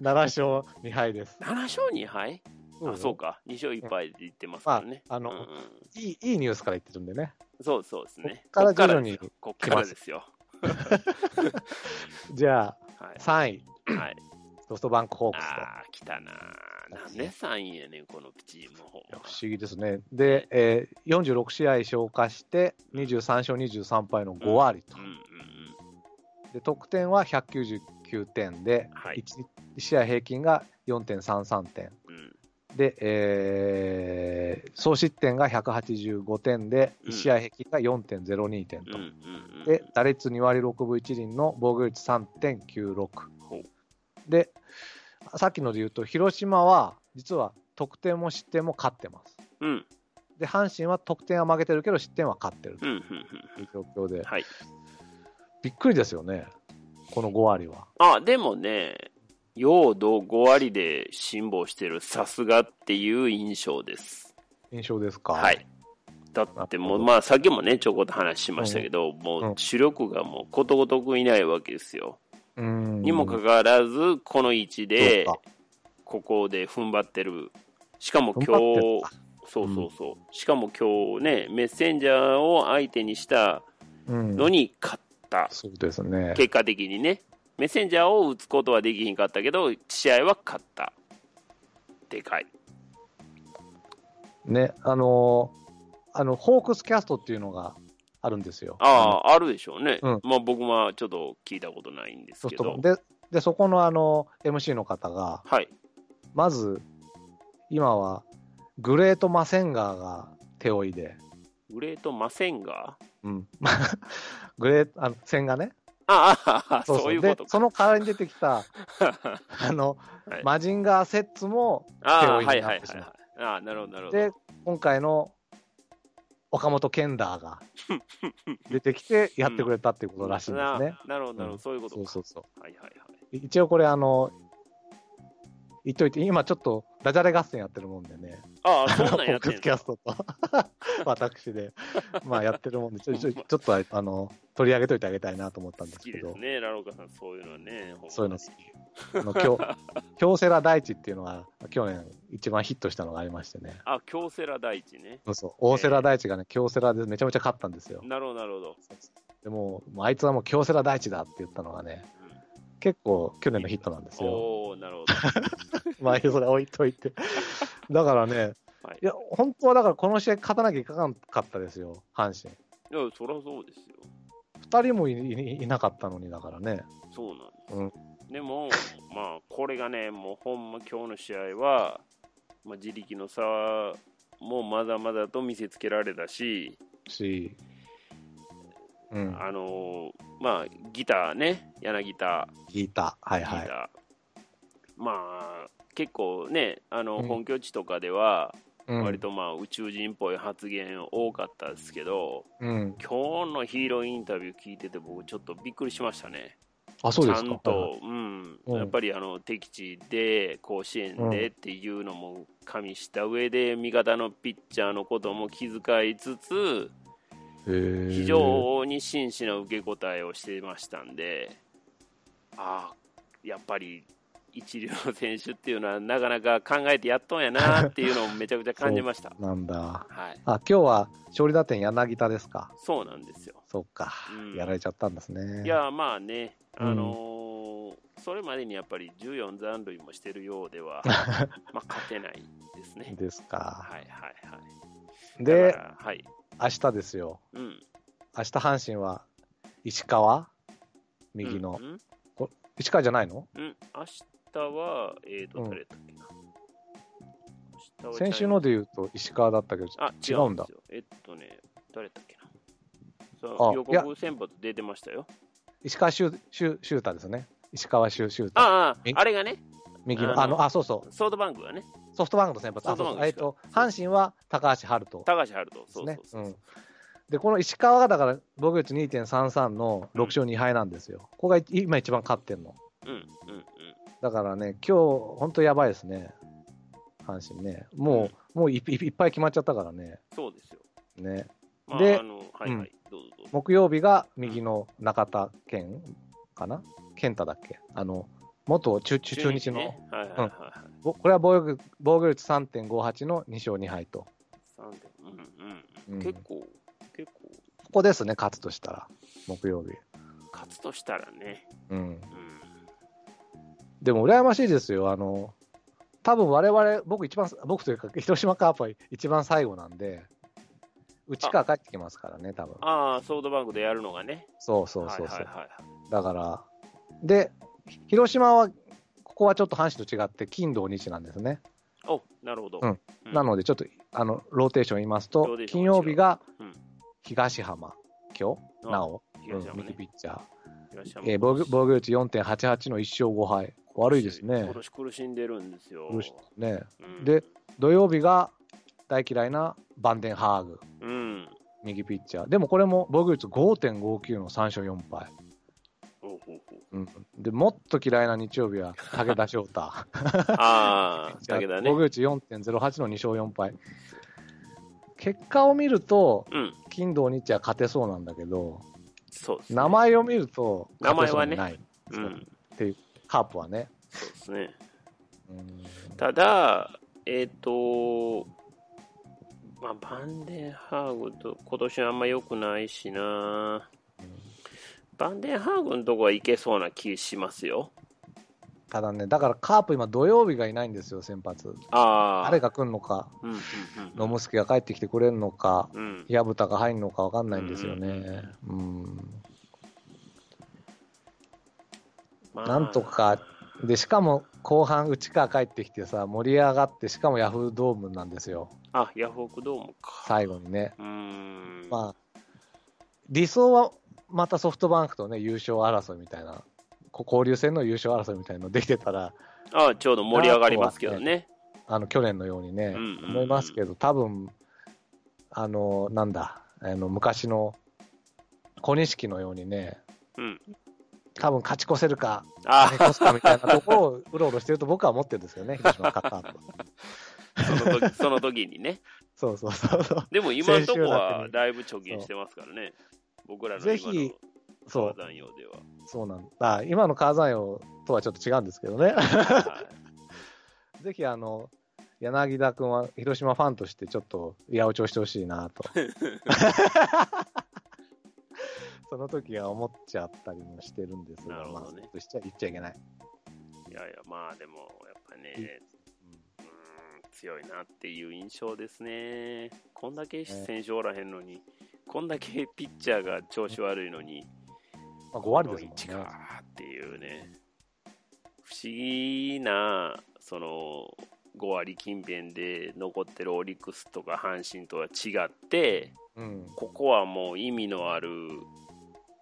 S1: 7勝2敗です。
S2: 7勝2敗あ、そう
S1: か。
S2: か。2勝1敗でいってますからね。
S1: まああの
S2: うんうん
S1: いい、いいニュースから言ってるんでね。
S2: そうそうですね。
S1: こっから徐々に
S2: こっからですよ。
S1: じゃ
S2: こっから
S1: あ、
S2: ですよ
S1: 3位、
S2: はい。はい、
S1: ソフトバンクホークスと。
S2: ああ、来たなー。なんで3位やねん、このチームの方
S1: いや不思議ですね。で、えー、46試合消化して、23勝23敗の5割と
S2: うん。うん
S1: で、得点は199点で、
S2: はい
S1: 一1試合平均が4.33点。
S2: うんうん。
S1: で、えー総失点が185点で、
S2: うん
S1: 1試合平均が4.02点
S2: うん
S1: と。
S2: うんうんうん。
S1: で、打率2割6分1厘の防御率3.96
S2: ほう。
S1: で、さっきので言うと、広島は実は得点も失点も勝ってます。
S2: うん
S1: で、阪神は得点は負けてるけど、失点は勝ってる
S2: う
S1: と
S2: ん
S1: い
S2: うんうん
S1: う状況で、
S2: はい。
S1: びっくりですよね、この5割は。
S2: あ、でもね、陽度5割で辛抱してる、さすがっていう印象です。
S1: 印象ですか。
S2: はい。だっても
S1: なるほ
S2: う、
S1: ど
S2: まあ、さっきもね、ちょこっと話しましたけど、
S1: う
S2: もうん主力がもうことごとくいないわけですよ。
S1: うーん。
S2: にもかかわらず、この位置で
S1: そうか、
S2: ここで踏ん張ってる。しかも今
S1: 踏ん張
S2: 日
S1: って、
S2: そうそうそう。しかも今日ね、メッセンジャーを相手にした
S1: うん
S2: のに勝った。
S1: そうですね。
S2: 結果的にね、メッセンジャーを打つことはできひんかったけど、試合は勝った。でかい。
S1: ね、あのーあの、ホークスキャストっていうのがあるんですよ。
S2: ああ、あるでしょうね。
S1: うん
S2: まあ僕はちょっと聞いたことないんです
S1: ソフ
S2: け
S1: トバ
S2: ど
S1: ン。クで、で、そこのあの、MC の方が、
S2: はい。
S1: まず、今は、グレート・マセンガーが手負いで、
S2: グレート・マセンガー
S1: うん。 グレート、あの、線がね。
S2: ああああ、そういうこ
S1: で
S2: と、か。
S1: その代わりに出てき た、あの、
S2: はい
S1: マジンガー・セッツも、
S2: ああ、は
S1: 手
S2: いはいい
S1: 負に
S2: は
S1: ないってしまう
S2: はい。ああ、なるほど、なるほ
S1: で
S2: ど。、
S1: 今回の、岡本健ダ ーが出てきてやってくれたっていうことらしいんですね。
S2: ななるほど、なるほど、そういうこと
S1: そう
S2: か。
S1: そうそう。
S2: はいはいはい。
S1: 一応これあの言っといて今ちょっとダジャレ合戦やってるもんでね
S2: ああ、そん
S1: ポ
S2: なんや
S1: ッ
S2: って
S1: ク
S2: ん
S1: スキャス トと私でまあやってるもんでちょちょちょっとあの取り上げといてあげたいなと思ったん
S2: の
S1: で
S2: 好
S1: す
S2: き
S1: け
S2: で
S1: ど
S2: すね、ラロカさん、そういうのはね。
S1: そういうの好きあの京京セラ大地っていうのが去年一番ヒットしたのがありましてね
S2: あ、京セラ大地ね。
S1: そうそう大セラ大地がね京セラでめちゃめちゃ勝ったんですよ
S2: なるほど、なるほど。
S1: でもうあいつはもう京セラ大地だって言ったのがね結構去年のヒットなんですよ
S2: おおなるほど。
S1: まあ、それ置いといて。だからね、
S2: はい
S1: い、や、本当はだからこの試合勝たなきゃいかんかったですよ、阪神。
S2: いや、そりゃそうですよ。
S1: 2人もいいいなかったのに、だからね。
S2: そうなんです。でも、まあ、これがね、もうほんま今日の試合は、まあ、自力の差もまだまだと見せつけられたし、
S1: し、うん、
S2: あのーまあ、ギターね、柳田、
S1: 聞いた。はい
S2: ギター、
S1: はい。
S2: まあ、結構ね、あの
S1: うん
S2: 本拠地とかでは、
S1: うん
S2: 割。とまあ宇宙人っぽい発言多かったですけど、
S1: うん。
S2: 今日のヒーローインタビュー聞いてて、僕、ちょっとびっくりしましたね。
S1: あ、そう
S2: ち
S1: で
S2: ゃ
S1: すか。
S2: んと、うん、
S1: うん
S2: やっぱりあの敵地で甲子園でっていうのも加味した上で、味方のピッチャーのことも気遣いつつ、非
S1: 非
S2: 常に真摯な受け答えをしていましたんで、ああ、やっぱり一流の選手っていうのは、なかなか考えてやっとんやなっていうのをめちゃくちゃ感じ ました。
S1: なんだ。
S2: はい、
S1: あ、今日は勝利打点柳田ですか。
S2: そうなんですよ。
S1: そっか
S2: うん。
S1: やられちゃったんですね。
S2: いや、まあね、
S1: うん
S2: あのーそれまでにやっぱり14残塁もしてるようで は、まあ勝てないですね。
S1: ですか。
S2: はいはいはい。だ
S1: で
S2: か、らはい。
S1: 明日ですよ。
S2: うん。
S1: 明日阪神は石川右の、
S2: うん。
S1: 石川じゃないの
S2: うんうん明日は、えーと、
S1: うん
S2: 誰だっけな。明日は
S1: 先週ので言うと石川だったけど、
S2: あ、違
S1: 違
S2: う
S1: うんん
S2: だ
S1: だ。
S2: えっとね、誰だっけな。そ
S1: あ
S2: う予
S1: いや
S2: 告先発出てましたよ。
S1: 石川修修修太ですね。石川修修太。
S2: ああ
S1: え、
S2: あれがね、
S1: 右の、
S2: あ
S1: あ
S2: の
S1: の、あ、そうそう。
S2: ソードバンクがね、
S1: ソフトバンクの先発。
S2: ソ
S1: あ、
S2: フトバ
S1: そう
S2: ン
S1: そ
S2: ク
S1: う。えっと、阪神は高橋遥人。
S2: 高橋遥人。そうそう
S1: ね
S2: そうそう。
S1: うんで、この石川がだから防御率2.33の6勝2敗なんですよ。ここがい今一番勝ってんの。
S2: うん、うん、うん。
S1: だからね、今日本当やばいですね、阪神ね。もう、もういいいっぱい決まっちゃったからね。
S2: そうですよ。
S1: ね
S2: まあ、
S1: で
S2: あの、はいはい、どうぞどうぞ。
S1: 木曜日が右の中田健かな健太だっけあの、元中中中日の、
S2: ね。はいはいはいはい。
S1: ぼこれは防御防御率3.58の2勝2敗と。
S2: 三点うん
S1: う
S2: うん
S1: ん
S2: 結構、結構、
S1: ここですね、勝つとしたら。木曜日。
S2: 勝つとしたらね、
S1: うん。
S2: うん、
S1: でも羨ましいですよ、あの多分我々僕一番、僕というか、広島カープは一番最後なんで、うちから帰ってきますからね、多分
S2: ああ、ソードバンクでやるのがね、
S1: そうそうそうそう、
S2: はいはいはい
S1: だから、で、広島は、ここはちょっと阪神と違って、金土日なんですね、
S2: はい。おなるほど。
S1: うん
S2: うん
S1: なので、ちょっとあのローテーション言います
S2: ロー
S1: と
S2: テー、ション
S1: 金曜日が
S2: うん
S1: 東浜、今日、
S2: あ
S1: なお、うん
S2: 東山
S1: 右
S2: ね
S1: ピッチャー、
S2: 東山
S1: えー防御防御率4.88の1勝5敗、悪いですね
S2: 今、年苦しんでるんですよ。
S1: 苦しね
S2: うん
S1: で、土曜日が大嫌いなバンデンハーグ。
S2: うん。
S1: 右ピッチャー。でもこれも防御率5.59の3勝4敗。
S2: ほうほうほう
S1: うん、で、もっと嫌いな日曜日は武 田翔太。
S2: ああ、だけだね
S1: 防。御率4.08の2勝4敗。結果を見ると、
S2: うん、
S1: 金土日は勝てそうなんだけど、
S2: そうですね。
S1: 名前を見ると、
S2: 名前はね
S1: 勝て
S2: う
S1: そうにない、
S2: ん、
S1: カープはね。
S2: そうですね。
S1: うん
S2: ただ、えっ、と、まあ、バンデンハーグと、今年あんま良くないしな。バンデンハーグのとこはいけそうな気しますよ。
S1: ただね、だからカープ今土曜日がいないんですよ、先発。
S2: ああ。
S1: 誰が来るのか、
S2: うんうん
S1: 野茂助が帰ってきてくれるのか、
S2: うん。うん。
S1: 矢蓋が入るのか分かんないんですよね。うん
S2: まあ
S1: なんとか。で、しかも後半、内から帰ってきてさ、盛り上がって、しかもヤフードームなんですよ、
S2: あ、ヤフオクドームか。
S1: 最後にね。
S2: うーん。
S1: まあ、理想はまたソフトバンクとね、優勝争いみたいな、こ交流戦の優勝争いみたいなのできてたら、
S2: ああ、ちょうど盛り上がりますけどね。
S1: あの去年のようにね、
S2: うんうんうん
S1: 思いますけど、多分あの、なんだ、あの昔の小錦のようにね、
S2: うん。
S1: 多分勝ち越せるか、
S2: あ
S1: コスタみたいなところをうろうろしてると僕は思ってるんですよ ね、広島カップは
S2: あ、その 時、その時にね。
S1: そうそうそうそう。
S2: でも今のとこ
S1: 先週だって
S2: は
S1: ね
S2: だいぶ貯金してますからね。僕らの
S1: ぜひ
S2: 今の
S1: そ
S2: 川
S1: う、
S2: 山用では。
S1: そうなんだ。あ今のカーザン用とはちょっと違うんですけどね。
S2: はい
S1: ぜひ、あの、柳田君は広島ファンとしてちょっと、八百長してほし いなと。その時は思っちゃったりもしてるんですが、
S2: なるほどね
S1: まあ、しちゃ言っちゃいけない。
S2: いやいや、まあでも、やっぱね、
S1: うん
S2: うーん、強いなっていう印象ですね。こんだけ選手おらへんのに、こんだけピッチャーが調子悪いのに、
S1: まあ、5割で
S2: 一
S1: す
S2: か
S1: もんね。
S2: ーっていうね。不思議な、その、5割近辺で残ってるオリックスとか阪神とは違って、
S1: うん。
S2: ここはもう意味のある、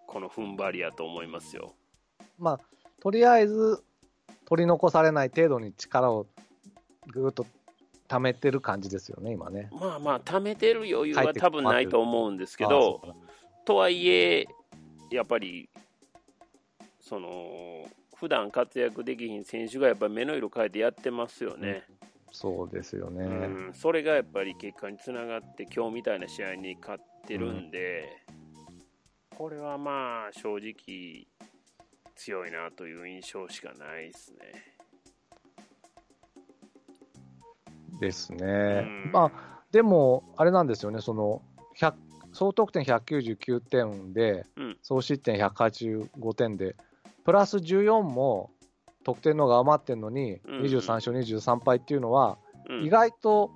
S2: この踏ん張りやと思いますよ。
S1: まあ、とりあえず、取り残されない程度に力をぐーっと溜めてる感じですよね、今ね。
S2: まあまあ、貯めてる余裕
S1: 帰
S2: は
S1: って
S2: 多分ないと思うんですけど
S1: ああ、そうか
S2: とはいえ、やっぱり、その普段活躍できひん選手がやっぱり目の色変えてやってますよね、
S1: そうですよね。
S2: うん、それがやっぱり結果につながって、今日みたいな試合に勝ってるんで、これはまあ、正直、強いなという印象しかないですね。
S1: ですね。
S2: うん
S1: まあ、でも、あれなんですよね、その、100総得点199点で、
S2: うん
S1: 総失点185点で、プラス14も得点の方が上回ってるのに、
S2: うんうん
S1: 23勝23敗っていうのは、
S2: うん
S1: 意外と、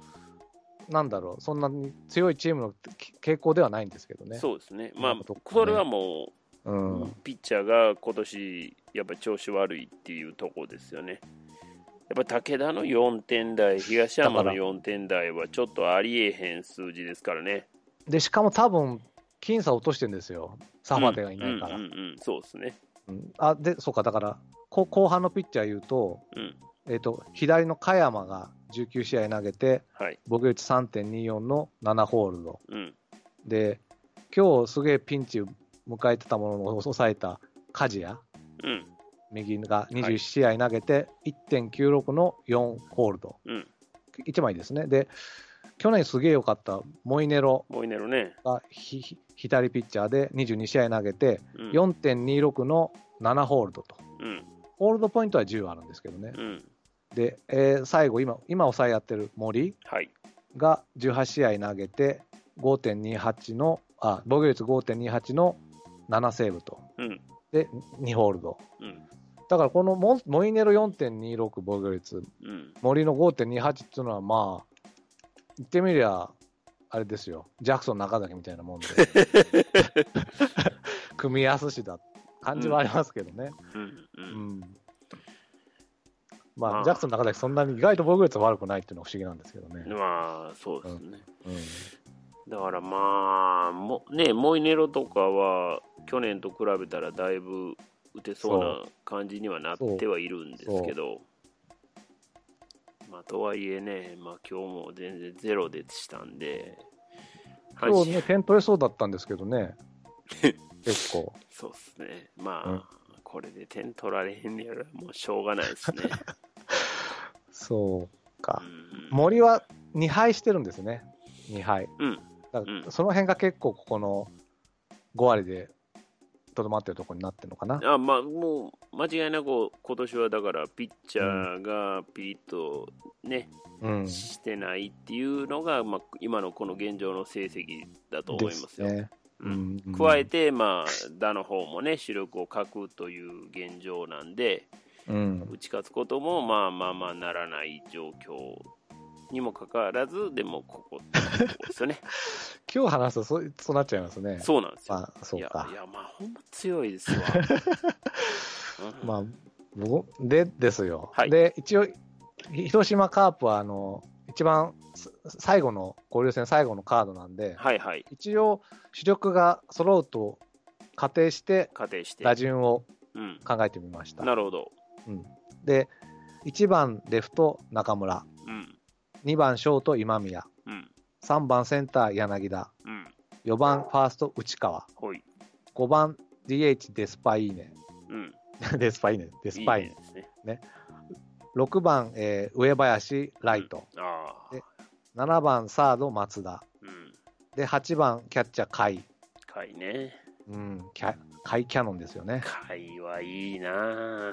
S1: なんだろう、そんなに強いチームのき傾向ではないんですけどね。
S2: そうですね、まあ
S1: なんかどっか、ね
S2: それはも
S1: う
S2: う、
S1: ん、
S2: ピッチャーが今年やっぱり調子悪いっていうところですよね。やっぱ武田の4点台、東山の
S1: だから
S2: 4点台はちょっとありえへん数字ですからね。
S1: で、しかも多分、僅差落としてるんですよ、サファテがいないから。
S2: うんうんうんうんそうですね。
S1: うんあで、そうか、だから、こ後半のピッチャー言うと、
S2: うん
S1: えっと左の加山が19試合投げて、
S2: はい。
S1: 防御率3.24の7ホールド。
S2: うん。
S1: で、今日すげえピンチ迎えてたものを抑えた梶谷、
S2: うん。
S1: 右が
S2: は
S1: 21
S2: い
S1: 試合投げて1.96の4ホールド。
S2: うん。
S1: 1枚ですね。で、去年すげえ良かったモイネロ
S2: モイネロね。
S1: がひひ左ピッチャーで22試合投げて
S2: うん。
S1: 4.26の7ホールドと。
S2: うん。
S1: ホールドポイントは10あるんですけどね。
S2: うん。
S1: で、えー最後今、今抑えやってる森
S2: はい。
S1: が18試合投げて5.28のあ防御率5.28の7セーブと
S2: うん。
S1: で2ホールド
S2: うん。
S1: だからこのモンモイネロ4.26防御率
S2: うん。
S1: 森の5.28っていうのはまあ言ってみりゃあれですよジャクソン中崎みたいな もんで組み合わせしだ感じはありますけどね、
S2: うん。う
S1: うん
S2: ん。
S1: まあ、
S2: まあ
S1: ジャクソン中崎そんなに意外と防御率悪くないっていうのは不思議なんですけどね、
S2: まあ、そうですね。
S1: うん
S2: だからまあ、もね、モイネロとかは、去年と比べたらだいぶ打てそうな感じにはなってはいるんですけど、まあ、とはいえね、まあ今日も全然ゼロでしたんで、阪
S1: 今
S2: 神
S1: 日ね、点取れそうだったんですけどね、 結構。
S2: そうですね。まあ、これで点取られへんねやら、もうしょうがないですね。
S1: そうか。
S2: うん
S1: 森は2敗してるんですね、2敗。
S2: うん。
S1: だか
S2: うん
S1: らその辺が結構、ここの5割でとどまってるところになってるのかな。
S2: あまあ、もう間違いなく今年はだからピッチャーがピーとね、
S1: うん。
S2: してないっていうのが、まあ、今のこの現状の成績だと思いますよ。
S1: ですね。
S2: う
S1: うんん。
S2: 加えて、まあ、打の方もね、主力を欠くという現状なんで、
S1: うん。
S2: 打ち勝つこともまあまあまあならない状況にもかかわらず、でもここっていうとこですよ ね。
S1: 今日話すとそうそうなっちゃいますね。
S2: そうなんですよ。
S1: まあ、そう
S2: いや、い
S1: か。
S2: やまあ、ほんま強い ですわ。うん
S1: まあ、僕で、ですよ。
S2: はい
S1: で、一応、ひ広島カープは、あの、一番す最後の、交流戦最後のカードなんで、
S2: はいはい、
S1: 一応主力が揃うと仮定して
S2: 仮定して。
S1: 打順を
S2: うん、
S1: 考えてみました、
S2: なるほど。
S1: うんで1番レフト中村
S2: うん、
S1: 2番ショート今宮
S2: うん、
S1: 3番センター柳田
S2: うん、
S1: 4番ファースト内川
S2: ほい。
S1: 5番 DH デスパイーネ
S2: うん、
S1: デスパイーネデスパイー
S2: いい
S1: ネ
S2: ですね。
S1: 6番、えー上林ライト、
S2: ああ
S1: で、7番サード松田
S2: うん、
S1: で8番キャッチャー甲斐、
S2: かいね。
S1: うん、キャ甲斐キャノンですよね
S2: かいはいいなあ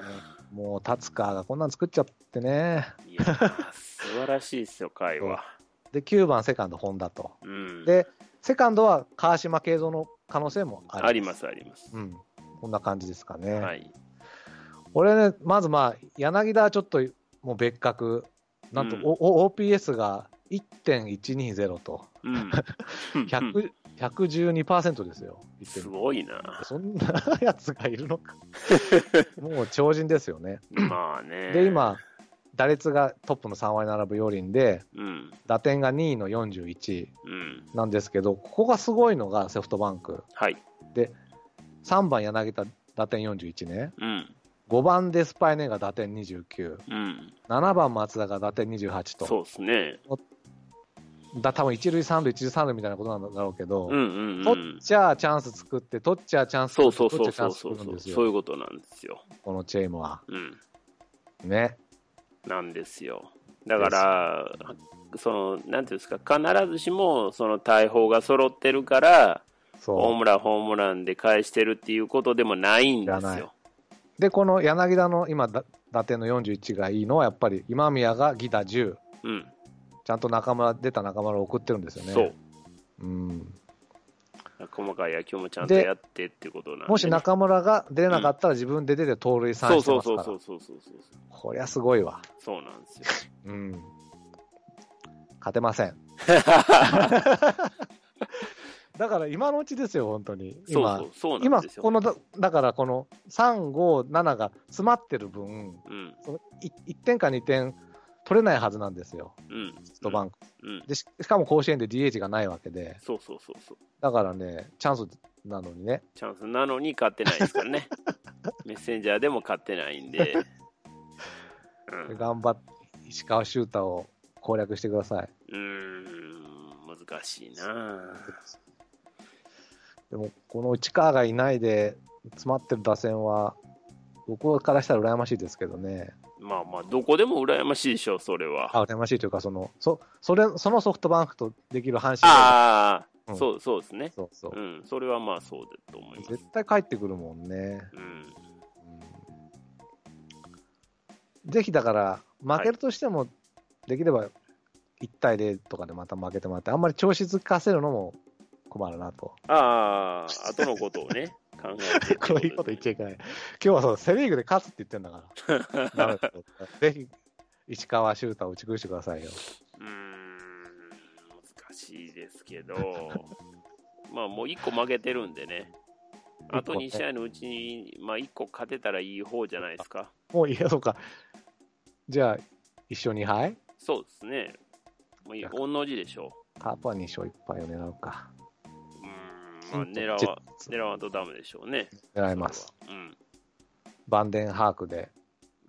S1: もう達川がこんなん作っちゃってね
S2: いやあ、素晴らしいですよ、かいは。
S1: で、9番セカンド、本田と。
S2: うん、
S1: で、セカンドは川島慶三の可能性もある。
S2: あります、あります。
S1: うん。こんな感じですかね。
S2: はい。
S1: 俺ね、まずまあ、柳田はちょっともう別格。なんと、
S2: うん
S1: おお OPS が1.120と、
S2: うん、
S1: 100 112%ですよ。
S2: すごいな。
S1: そんなやつがいる のか。もう超人ですよね。
S2: まあね。
S1: で、、今、打率がトップの3割並ぶ要輪で、
S2: うん、
S1: 打点が2位の41
S2: うん、
S1: なんですけど、ここがすごいのがソフトバンク。
S2: はい。
S1: 3番柳田打点41ね
S2: うん、
S1: 5番デスパイネが打点297
S2: うん、
S1: 番松田が打点28と
S2: そうですね。
S1: だ多分一塁三塁、一塁三塁みたいなことなんだろうけど、
S2: うんうんう
S1: 取
S2: ん
S1: っ。ちゃチャンス作って、取っちゃチャンス
S2: そ
S1: 作
S2: う
S1: って、
S2: そう
S1: 取
S2: そ
S1: っ
S2: う
S1: ちゃ
S2: そう
S1: チャ
S2: そうそ
S1: ンス作るん
S2: う。
S1: です
S2: そうい
S1: よ、
S2: うことなんですよ。
S1: このチームは。
S2: うん。
S1: ね。
S2: なんですよ。だから、その、なんていうんですか、必ずしも、その大砲が揃ってるから、ホー
S1: そ
S2: ムラン、ホームランで返してるっていうことでもないんで
S1: じゃ
S2: す
S1: ない
S2: よ。
S1: う。で、この柳田の今、だ打点の41がいいのは、やっぱり今宮がギター10、
S2: うん、
S1: ちゃんと中村、出た中村を送ってるんですよね。
S2: そう。
S1: うん、
S2: 細かい野球もちゃんとやってってことなんでね、
S1: もし中村が出れなかったら、自分で出て盗塁
S2: そ
S1: 三
S2: う
S1: して
S2: そ
S1: ま
S2: う
S1: すか
S2: そ
S1: ら
S2: うそうそうそうそう。
S1: こりゃすごいわ。
S2: そうなんですよ。
S1: うん。勝てませ ん。だから今のうちですよ、本当に。
S2: そう
S1: 今、
S2: そう、そうなん
S1: 今、
S2: ですよ。
S1: このだ、だからこの3、5、7が詰まってる分、
S2: うん、
S1: そのい1点か2点取れないはずなんですよ、
S2: うん、
S1: ソフトバンク。
S2: うん、
S1: でししかも甲子園で DH がないわけで、
S2: そうそうそうそう。
S1: だからね、チャンスなのにね、
S2: チャンスなのに勝ってないですから ね。メッセンジャーでも勝ってないんで。 うん
S1: 頑張って、石川修太を攻略してください。
S2: うーん、難しいな
S1: でも、この内川がいないで、詰まってる打線は、僕からしたら羨ましいですけどね。
S2: まあまあ、どこでも羨ましいでしょ、それは。
S1: あ、羨ましいというか、その、そ、それ、そのソフトバンクとできる阪神
S2: ああ、
S1: うん
S2: そう、そうですね。
S1: そうそうう。
S2: ん、それはまあそうだと思います
S1: 絶。対帰ってくるもんね。
S2: うん、
S1: うんぜひだから、負けるとしても、できれば1対0とかでまた負けてもらって、あんまり調子づかせるのも困るなと。
S2: ああ、後のことを ね、考えてって
S1: こういうこと言っちゃ
S2: ゃ
S1: いけない。今日はそう、セ・リーグで勝つって言ってんだ から。ダメだよぜひ、石川修太を打ち崩してくださいよ。
S2: うーん、難しいですけど、 まあもう1個負けてるんでね、あと2試合のうちに、まあ1個勝てたらいい方じゃないですか。
S1: もういいや、そうか。じゃあ、一勝2敗
S2: そうですね。もういい、御の字でしょ
S1: カープは2勝1敗を狙うか。
S2: う。うーん、まあ狙わ、狙わんとダメでしょうね。
S1: 狙います。
S2: それは。うん
S1: バンデンハークで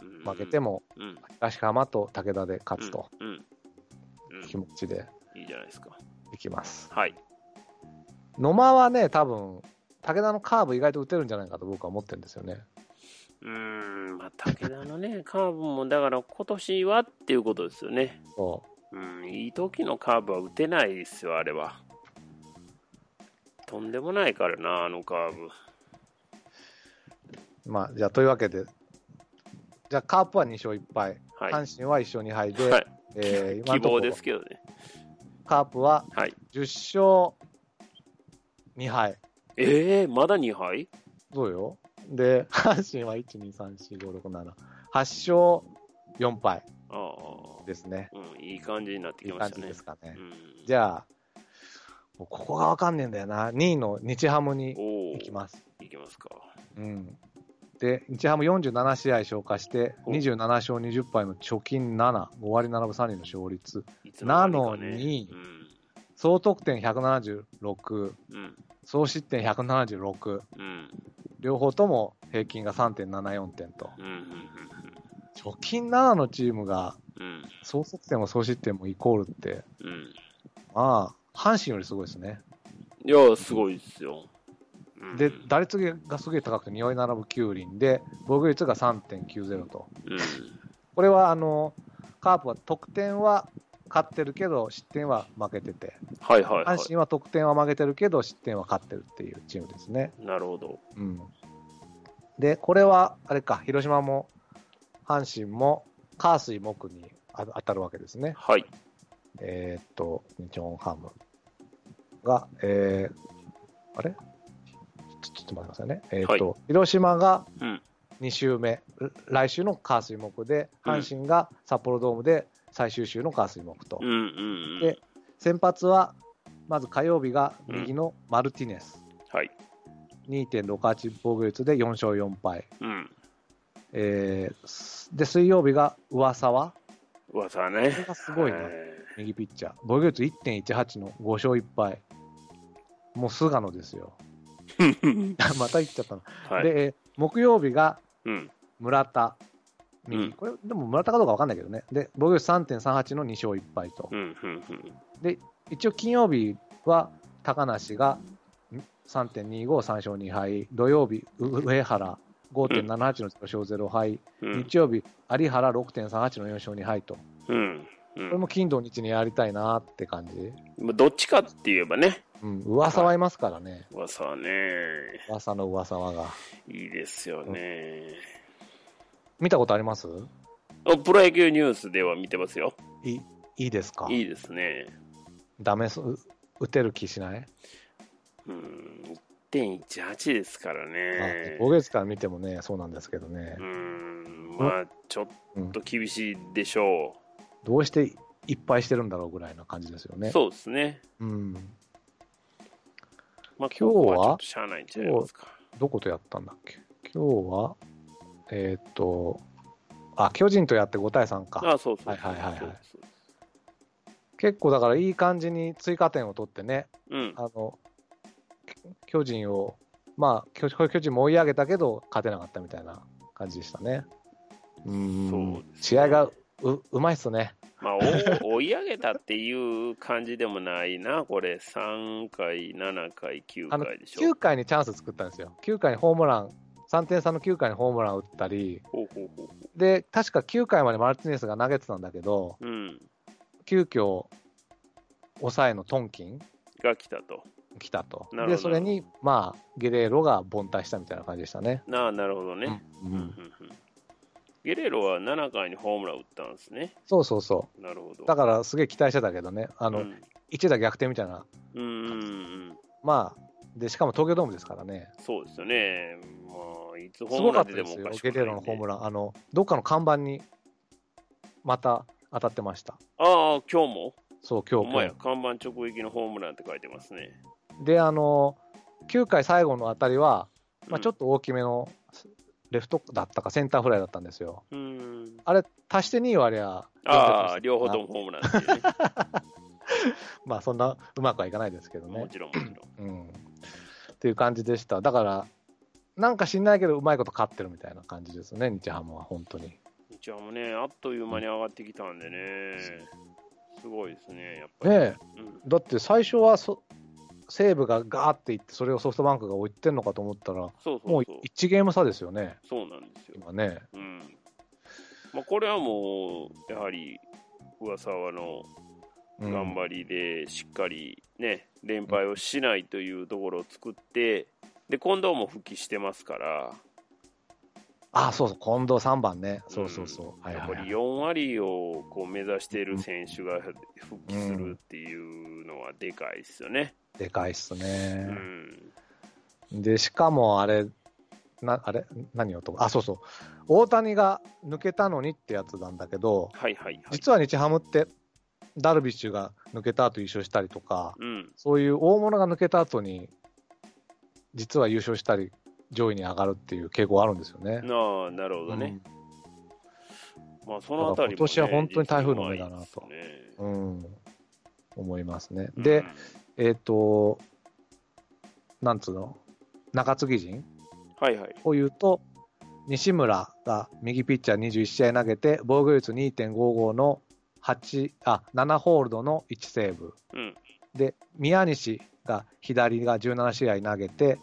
S2: うん。
S1: 負けても、
S2: うん、
S1: 東浜と武田で勝つと
S2: うん。うん。うん
S1: 気持ちで
S2: いいじゃないですか。
S1: いきます。
S2: はい。
S1: 野間はね、多分武田のカーブ意外と打てるんじゃないかと僕は思ってるんですよね。
S2: うーん、まあ、武田のね、カーブも、だから今年はっていうことですよね。
S1: そ
S2: うん、いい時のカーブは打てないですよ、あれは。とんでもないからな、あのカーブ。
S1: う。まあ、じゃあ、というわけで、じゃあ、カープは2勝1敗、
S2: はい。
S1: 阪神は1勝2敗で、
S2: はい、
S1: え ー今
S2: 希
S1: のと
S2: 望
S1: ころ
S2: ですけどね。
S1: カープは
S2: はい。
S1: 10勝2敗。
S2: えー、まだ2敗
S1: どうよで、 阪神は1、2、3、4、5、6、7。8勝4敗
S2: ああ。
S1: ですね。
S2: うん、いい感じになって
S1: い
S2: き
S1: う
S2: ま
S1: 感
S2: した
S1: じ
S2: ね
S1: で。すかね
S2: う。ん、
S1: じ
S2: ゃ
S1: ゃあ、もうここがわかんねえんだよな。2位の日ハムに
S2: おお
S1: 行きます。
S2: いきますか。
S1: うん。で、日ハム47試合消化して、
S2: お
S1: 27勝20敗の貯金7、5割7分3厘の勝率、
S2: いつ間にかね
S1: なのに
S2: うん
S1: 総得点176、
S2: うん
S1: 総失点176、
S2: うん
S1: 両方とも平均が3.74点と。
S2: うんうん
S1: 貯金7のチームが、
S2: うん
S1: 総得点も総失点もイコールって、
S2: うんうん
S1: まあ、阪神よりすごいですね。
S2: いや、すごいですよ。うん
S1: で、打率がすげえ高くて、2割並ぶ9厘で、防御率が3.90と。
S2: うん、
S1: これはあのカープは得点は勝ってるけど失点は負けてて、
S2: はいはいは
S1: 阪神は得点は負けてるけど失点は勝ってるっていうチームですね。
S2: い。なるほど。
S1: うん、で、これはあれか、広島も阪神も火水木にあ当たるわけですね。
S2: はい。
S1: えーっと、日本ハムが、えー、あれちょちょっと待ってくださいね。えーっと、広島が
S2: うん。
S1: 2週目、来週の火水木で、
S2: うん
S1: 阪神が札幌ドームで最終週の火水木と、
S2: うんうんうん
S1: で。先発はまず火曜日が
S2: うん
S1: 右のマルティネス、
S2: はい。
S1: 2.68防御率で4勝4敗、
S2: うん。
S1: えーすで水曜日が上沢、
S2: 噂ね。
S1: これがすごいね
S2: え
S1: 右ピッチャー、防御率1.18の5勝1敗、もう菅野ですよ、
S2: ー
S1: また言っちゃったの、
S2: はい。
S1: でえー木曜日が
S2: うん。
S1: 村田、右
S2: うん
S1: これ、でも村田かどうか分かんないけどね。で、防御率3.38の2勝1敗と。
S2: うん、うん、うん。
S1: 一応金曜日は高梨がん3.25、3勝2敗。土曜日、う上原5.78の0勝0敗。
S2: うん
S1: 日曜日、有原6.38の4勝2敗と。こ
S2: うんう
S1: れ
S2: ん
S1: も金土日にやりたいなって感じ。
S2: まあどっちかって言えばね、
S1: うん、噂はいますからね。
S2: 噂はね、
S1: 噂の噂はが。
S2: いいですよね。
S1: 見たことあります
S2: おプロ野球ニュースでは見てますよ。
S1: いいいですか
S2: いいですね。
S1: ダメそう、打てる気しない
S2: うん、1.18ですからね。
S1: 5月から見てもね、そうなんですけどね
S2: う、ん、まあ、ちょっと厳しいでしょ
S1: どうしていっぱいしてるんだろうぐらいな感じですよ
S2: う。
S1: ね。
S2: そうですね。
S1: うん、
S2: まあ、
S1: 今日は
S2: ここちょっとしゃあないんじゃないですか。
S1: どことやったんだっけ今日は、えーっと、あ、巨人とやって5対3
S2: あ
S1: か。
S2: そうそうそう。
S1: はいはいはいはい
S2: そうそう
S1: 結構だからいい感じに追加点を取ってね、
S2: うん、
S1: あの、巨人を、まあ、巨巨人も追い上げたけど、勝てなかったみたいな感じでしたね。うん、
S2: そうですね
S1: 試合がううまいっすね。
S2: まあ、お追い上げたっていう感じでもないな、これ、3回、7回、9
S1: あの
S2: 回でしょ。
S1: 9回にチャンス作ったんですよ、9回にホームラン、3点差の9回にホームラン打ったり、
S2: ほうほうほうほ
S1: で確か9回までマルティネスが投げてたんだけど、
S2: う。うん、
S1: 急遽抑えのトンキン
S2: が来たと。
S1: 来たと、
S2: なるほど
S1: でそれに、まあ、ゲレーロが凡退したみたいな感じでしたね。
S2: なあ、なるほどね。
S1: う
S2: うんうん
S1: ん、
S2: うんゲレーロは7回にホームラン打ったんですね。
S1: そうそうそ
S2: なるほど。
S1: う、だからすげえ期待してたけどね、あの
S2: うん
S1: 一打逆転みたいな、
S2: うんうんうん、
S1: まあで、しかも東京ドームですからね、
S2: そうですよね。まあ、いつ
S1: す
S2: ホーム
S1: ご
S2: ラ
S1: か
S2: ン
S1: っ
S2: 出て
S1: たで
S2: も
S1: す
S2: お
S1: よ
S2: か、しく
S1: ゲ
S2: な
S1: レ
S2: いんで
S1: ーロのホームラン、あのどっかの看板にまた当たってました。
S2: ああ、今日も
S1: そう
S2: お
S1: 今日今
S2: 前
S1: 日
S2: や、看板直撃のホームランって書いてますね。
S1: で、あの、9回最後のあたりは、
S2: う
S1: まあ、
S2: ん
S1: ちょっと大きめのレフトだったか、センターフライだったんですよ。
S2: うん。
S1: あれ、足して2割は、
S2: ああ、両方とも。ホームランっていうね。
S1: まあ、そんなうまくはいかないですけど
S2: も
S1: ね。
S2: ちろん、もちろん。
S1: うん。っていう感じでした。だから、なんか知んないけど、うまいこと勝ってるみたいな感じですね、日ハムは、本当に。
S2: じゃあもうね、あっという間に上がってきたんでね。すごいですね、やっぱり。
S1: ねえ、
S2: うん
S1: だって最初はそ西武がガーっていって、それをソフトバンクが追いってんのかと思ったら、
S2: そうそ
S1: もう
S2: うそう。
S1: 1ゲーム差ですよね、
S2: そうなんですよ。
S1: 今ね。
S2: うん。まあ、これはもう、やはり、上沢の
S1: うん
S2: 頑張りで、しっかりね、連敗をしないというところを作って、で、近藤も復帰してますから、
S1: あ、そうそう、近藤3番ね。そうそうそう。はい
S2: やっ
S1: はい
S2: ぱ
S1: は
S2: り
S1: い、
S2: 4割をこう目指している選手が復帰するっていうのはでかいですよね。
S1: でかいっす
S2: う
S1: ね。
S2: ん。
S1: で、しかもあれ、なあれ何をとあ、そうそう。大谷が抜けたのにってやつなんだけど、
S2: はいはいはい。
S1: 実は日ハムって、ダルビッシュが抜けた後優勝したりとか、
S2: うん。
S1: そういう大物が抜けた後に、実は優勝したり、上位に上がるっていう傾向あるんですよね。
S2: なあ、なるほどね。まあ、そのあたりも、ね、
S1: だから今年は本当に台風の目だなと
S2: 実はうまいですね
S1: うん、うん思いますね。
S2: うん
S1: で、えっ、と、なんつうの中継ぎ陣
S2: はいはい。
S1: を言うと、西村が右ピッチャー21試合投げて、防御率2.55の8あ7ホールドの1セーブ。
S2: うん。
S1: で、宮西が左が17試合投げて、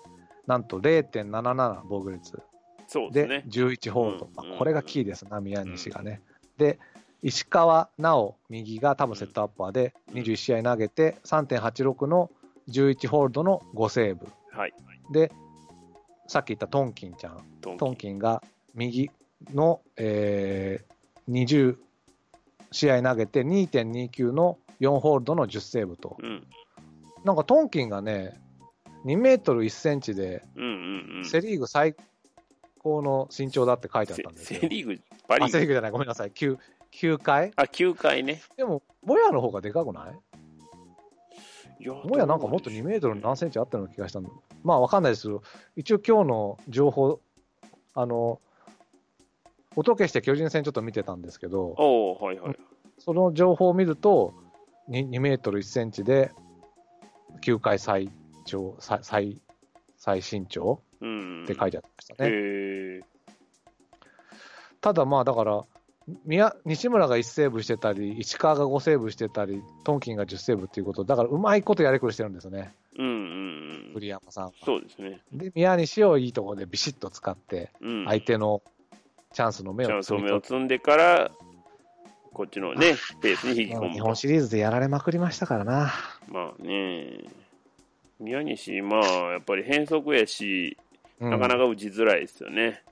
S1: なんと0.77防御率
S2: そうです
S1: で
S2: ね。
S1: 11ホールド。
S2: うん
S1: まあこれがキーですな、宮西がね。で、石川直右が多分セットアッパーで
S2: うん
S1: 21試合投げて、3.86の11ホールドの5セーブ。
S2: はい。
S1: で、さっき言ったトンキンちゃん。
S2: トン
S1: トンキンが右の、えー20試合投げて2.29の4ホールドの10セーブと、
S2: うん。
S1: なんかトンキンがね、2メートル1センチで、
S2: うんうんうん。
S1: セ・リーグ最高の身長だって書いてあったんです
S2: セ
S1: よ。
S2: セリーグ、パリ
S1: あセ・
S2: ー
S1: リ
S2: グ。
S1: ーグじゃない、ごめんなさい、9, 9回
S2: あ、9回ね。
S1: でも、モヤの方がでかくないモ
S2: も
S1: ヤなんかもっと2メートル何センチあったような気がしたの。まあ、わかんないですけど、一応今日の情報、あの、音消して巨人戦ちょっと見てたんですけど、
S2: おおはいはい。
S1: その情報を見ると、に 2, メートル1センチで、球界最長、最、最、最身長
S2: うん。
S1: って書い
S2: て
S1: てありました
S2: へえ。
S1: ね。ただまあだから、宮西村が1セーブしてたり、石川が5セーブしてたり、トンキンが10セーブっていうこと、だからうまいことやりくりしてるんですよね、
S2: うんうんうん。
S1: 栗山さんが。
S2: そうですね。
S1: で、宮西をいいところでビシッと使って、
S2: うん。
S1: 相手のチャンスの目
S2: チャ
S1: を
S2: ンスを
S1: 摘み
S2: 目を
S1: 取っ
S2: 積んでから、こっちの ね、ペースに引き込
S1: 日
S2: む
S1: 本。シリーズでやられまくりましたからな。
S2: まあね、宮西、まあ、やっぱり変則やし、
S1: な
S2: なかなか打ちづらいですよね。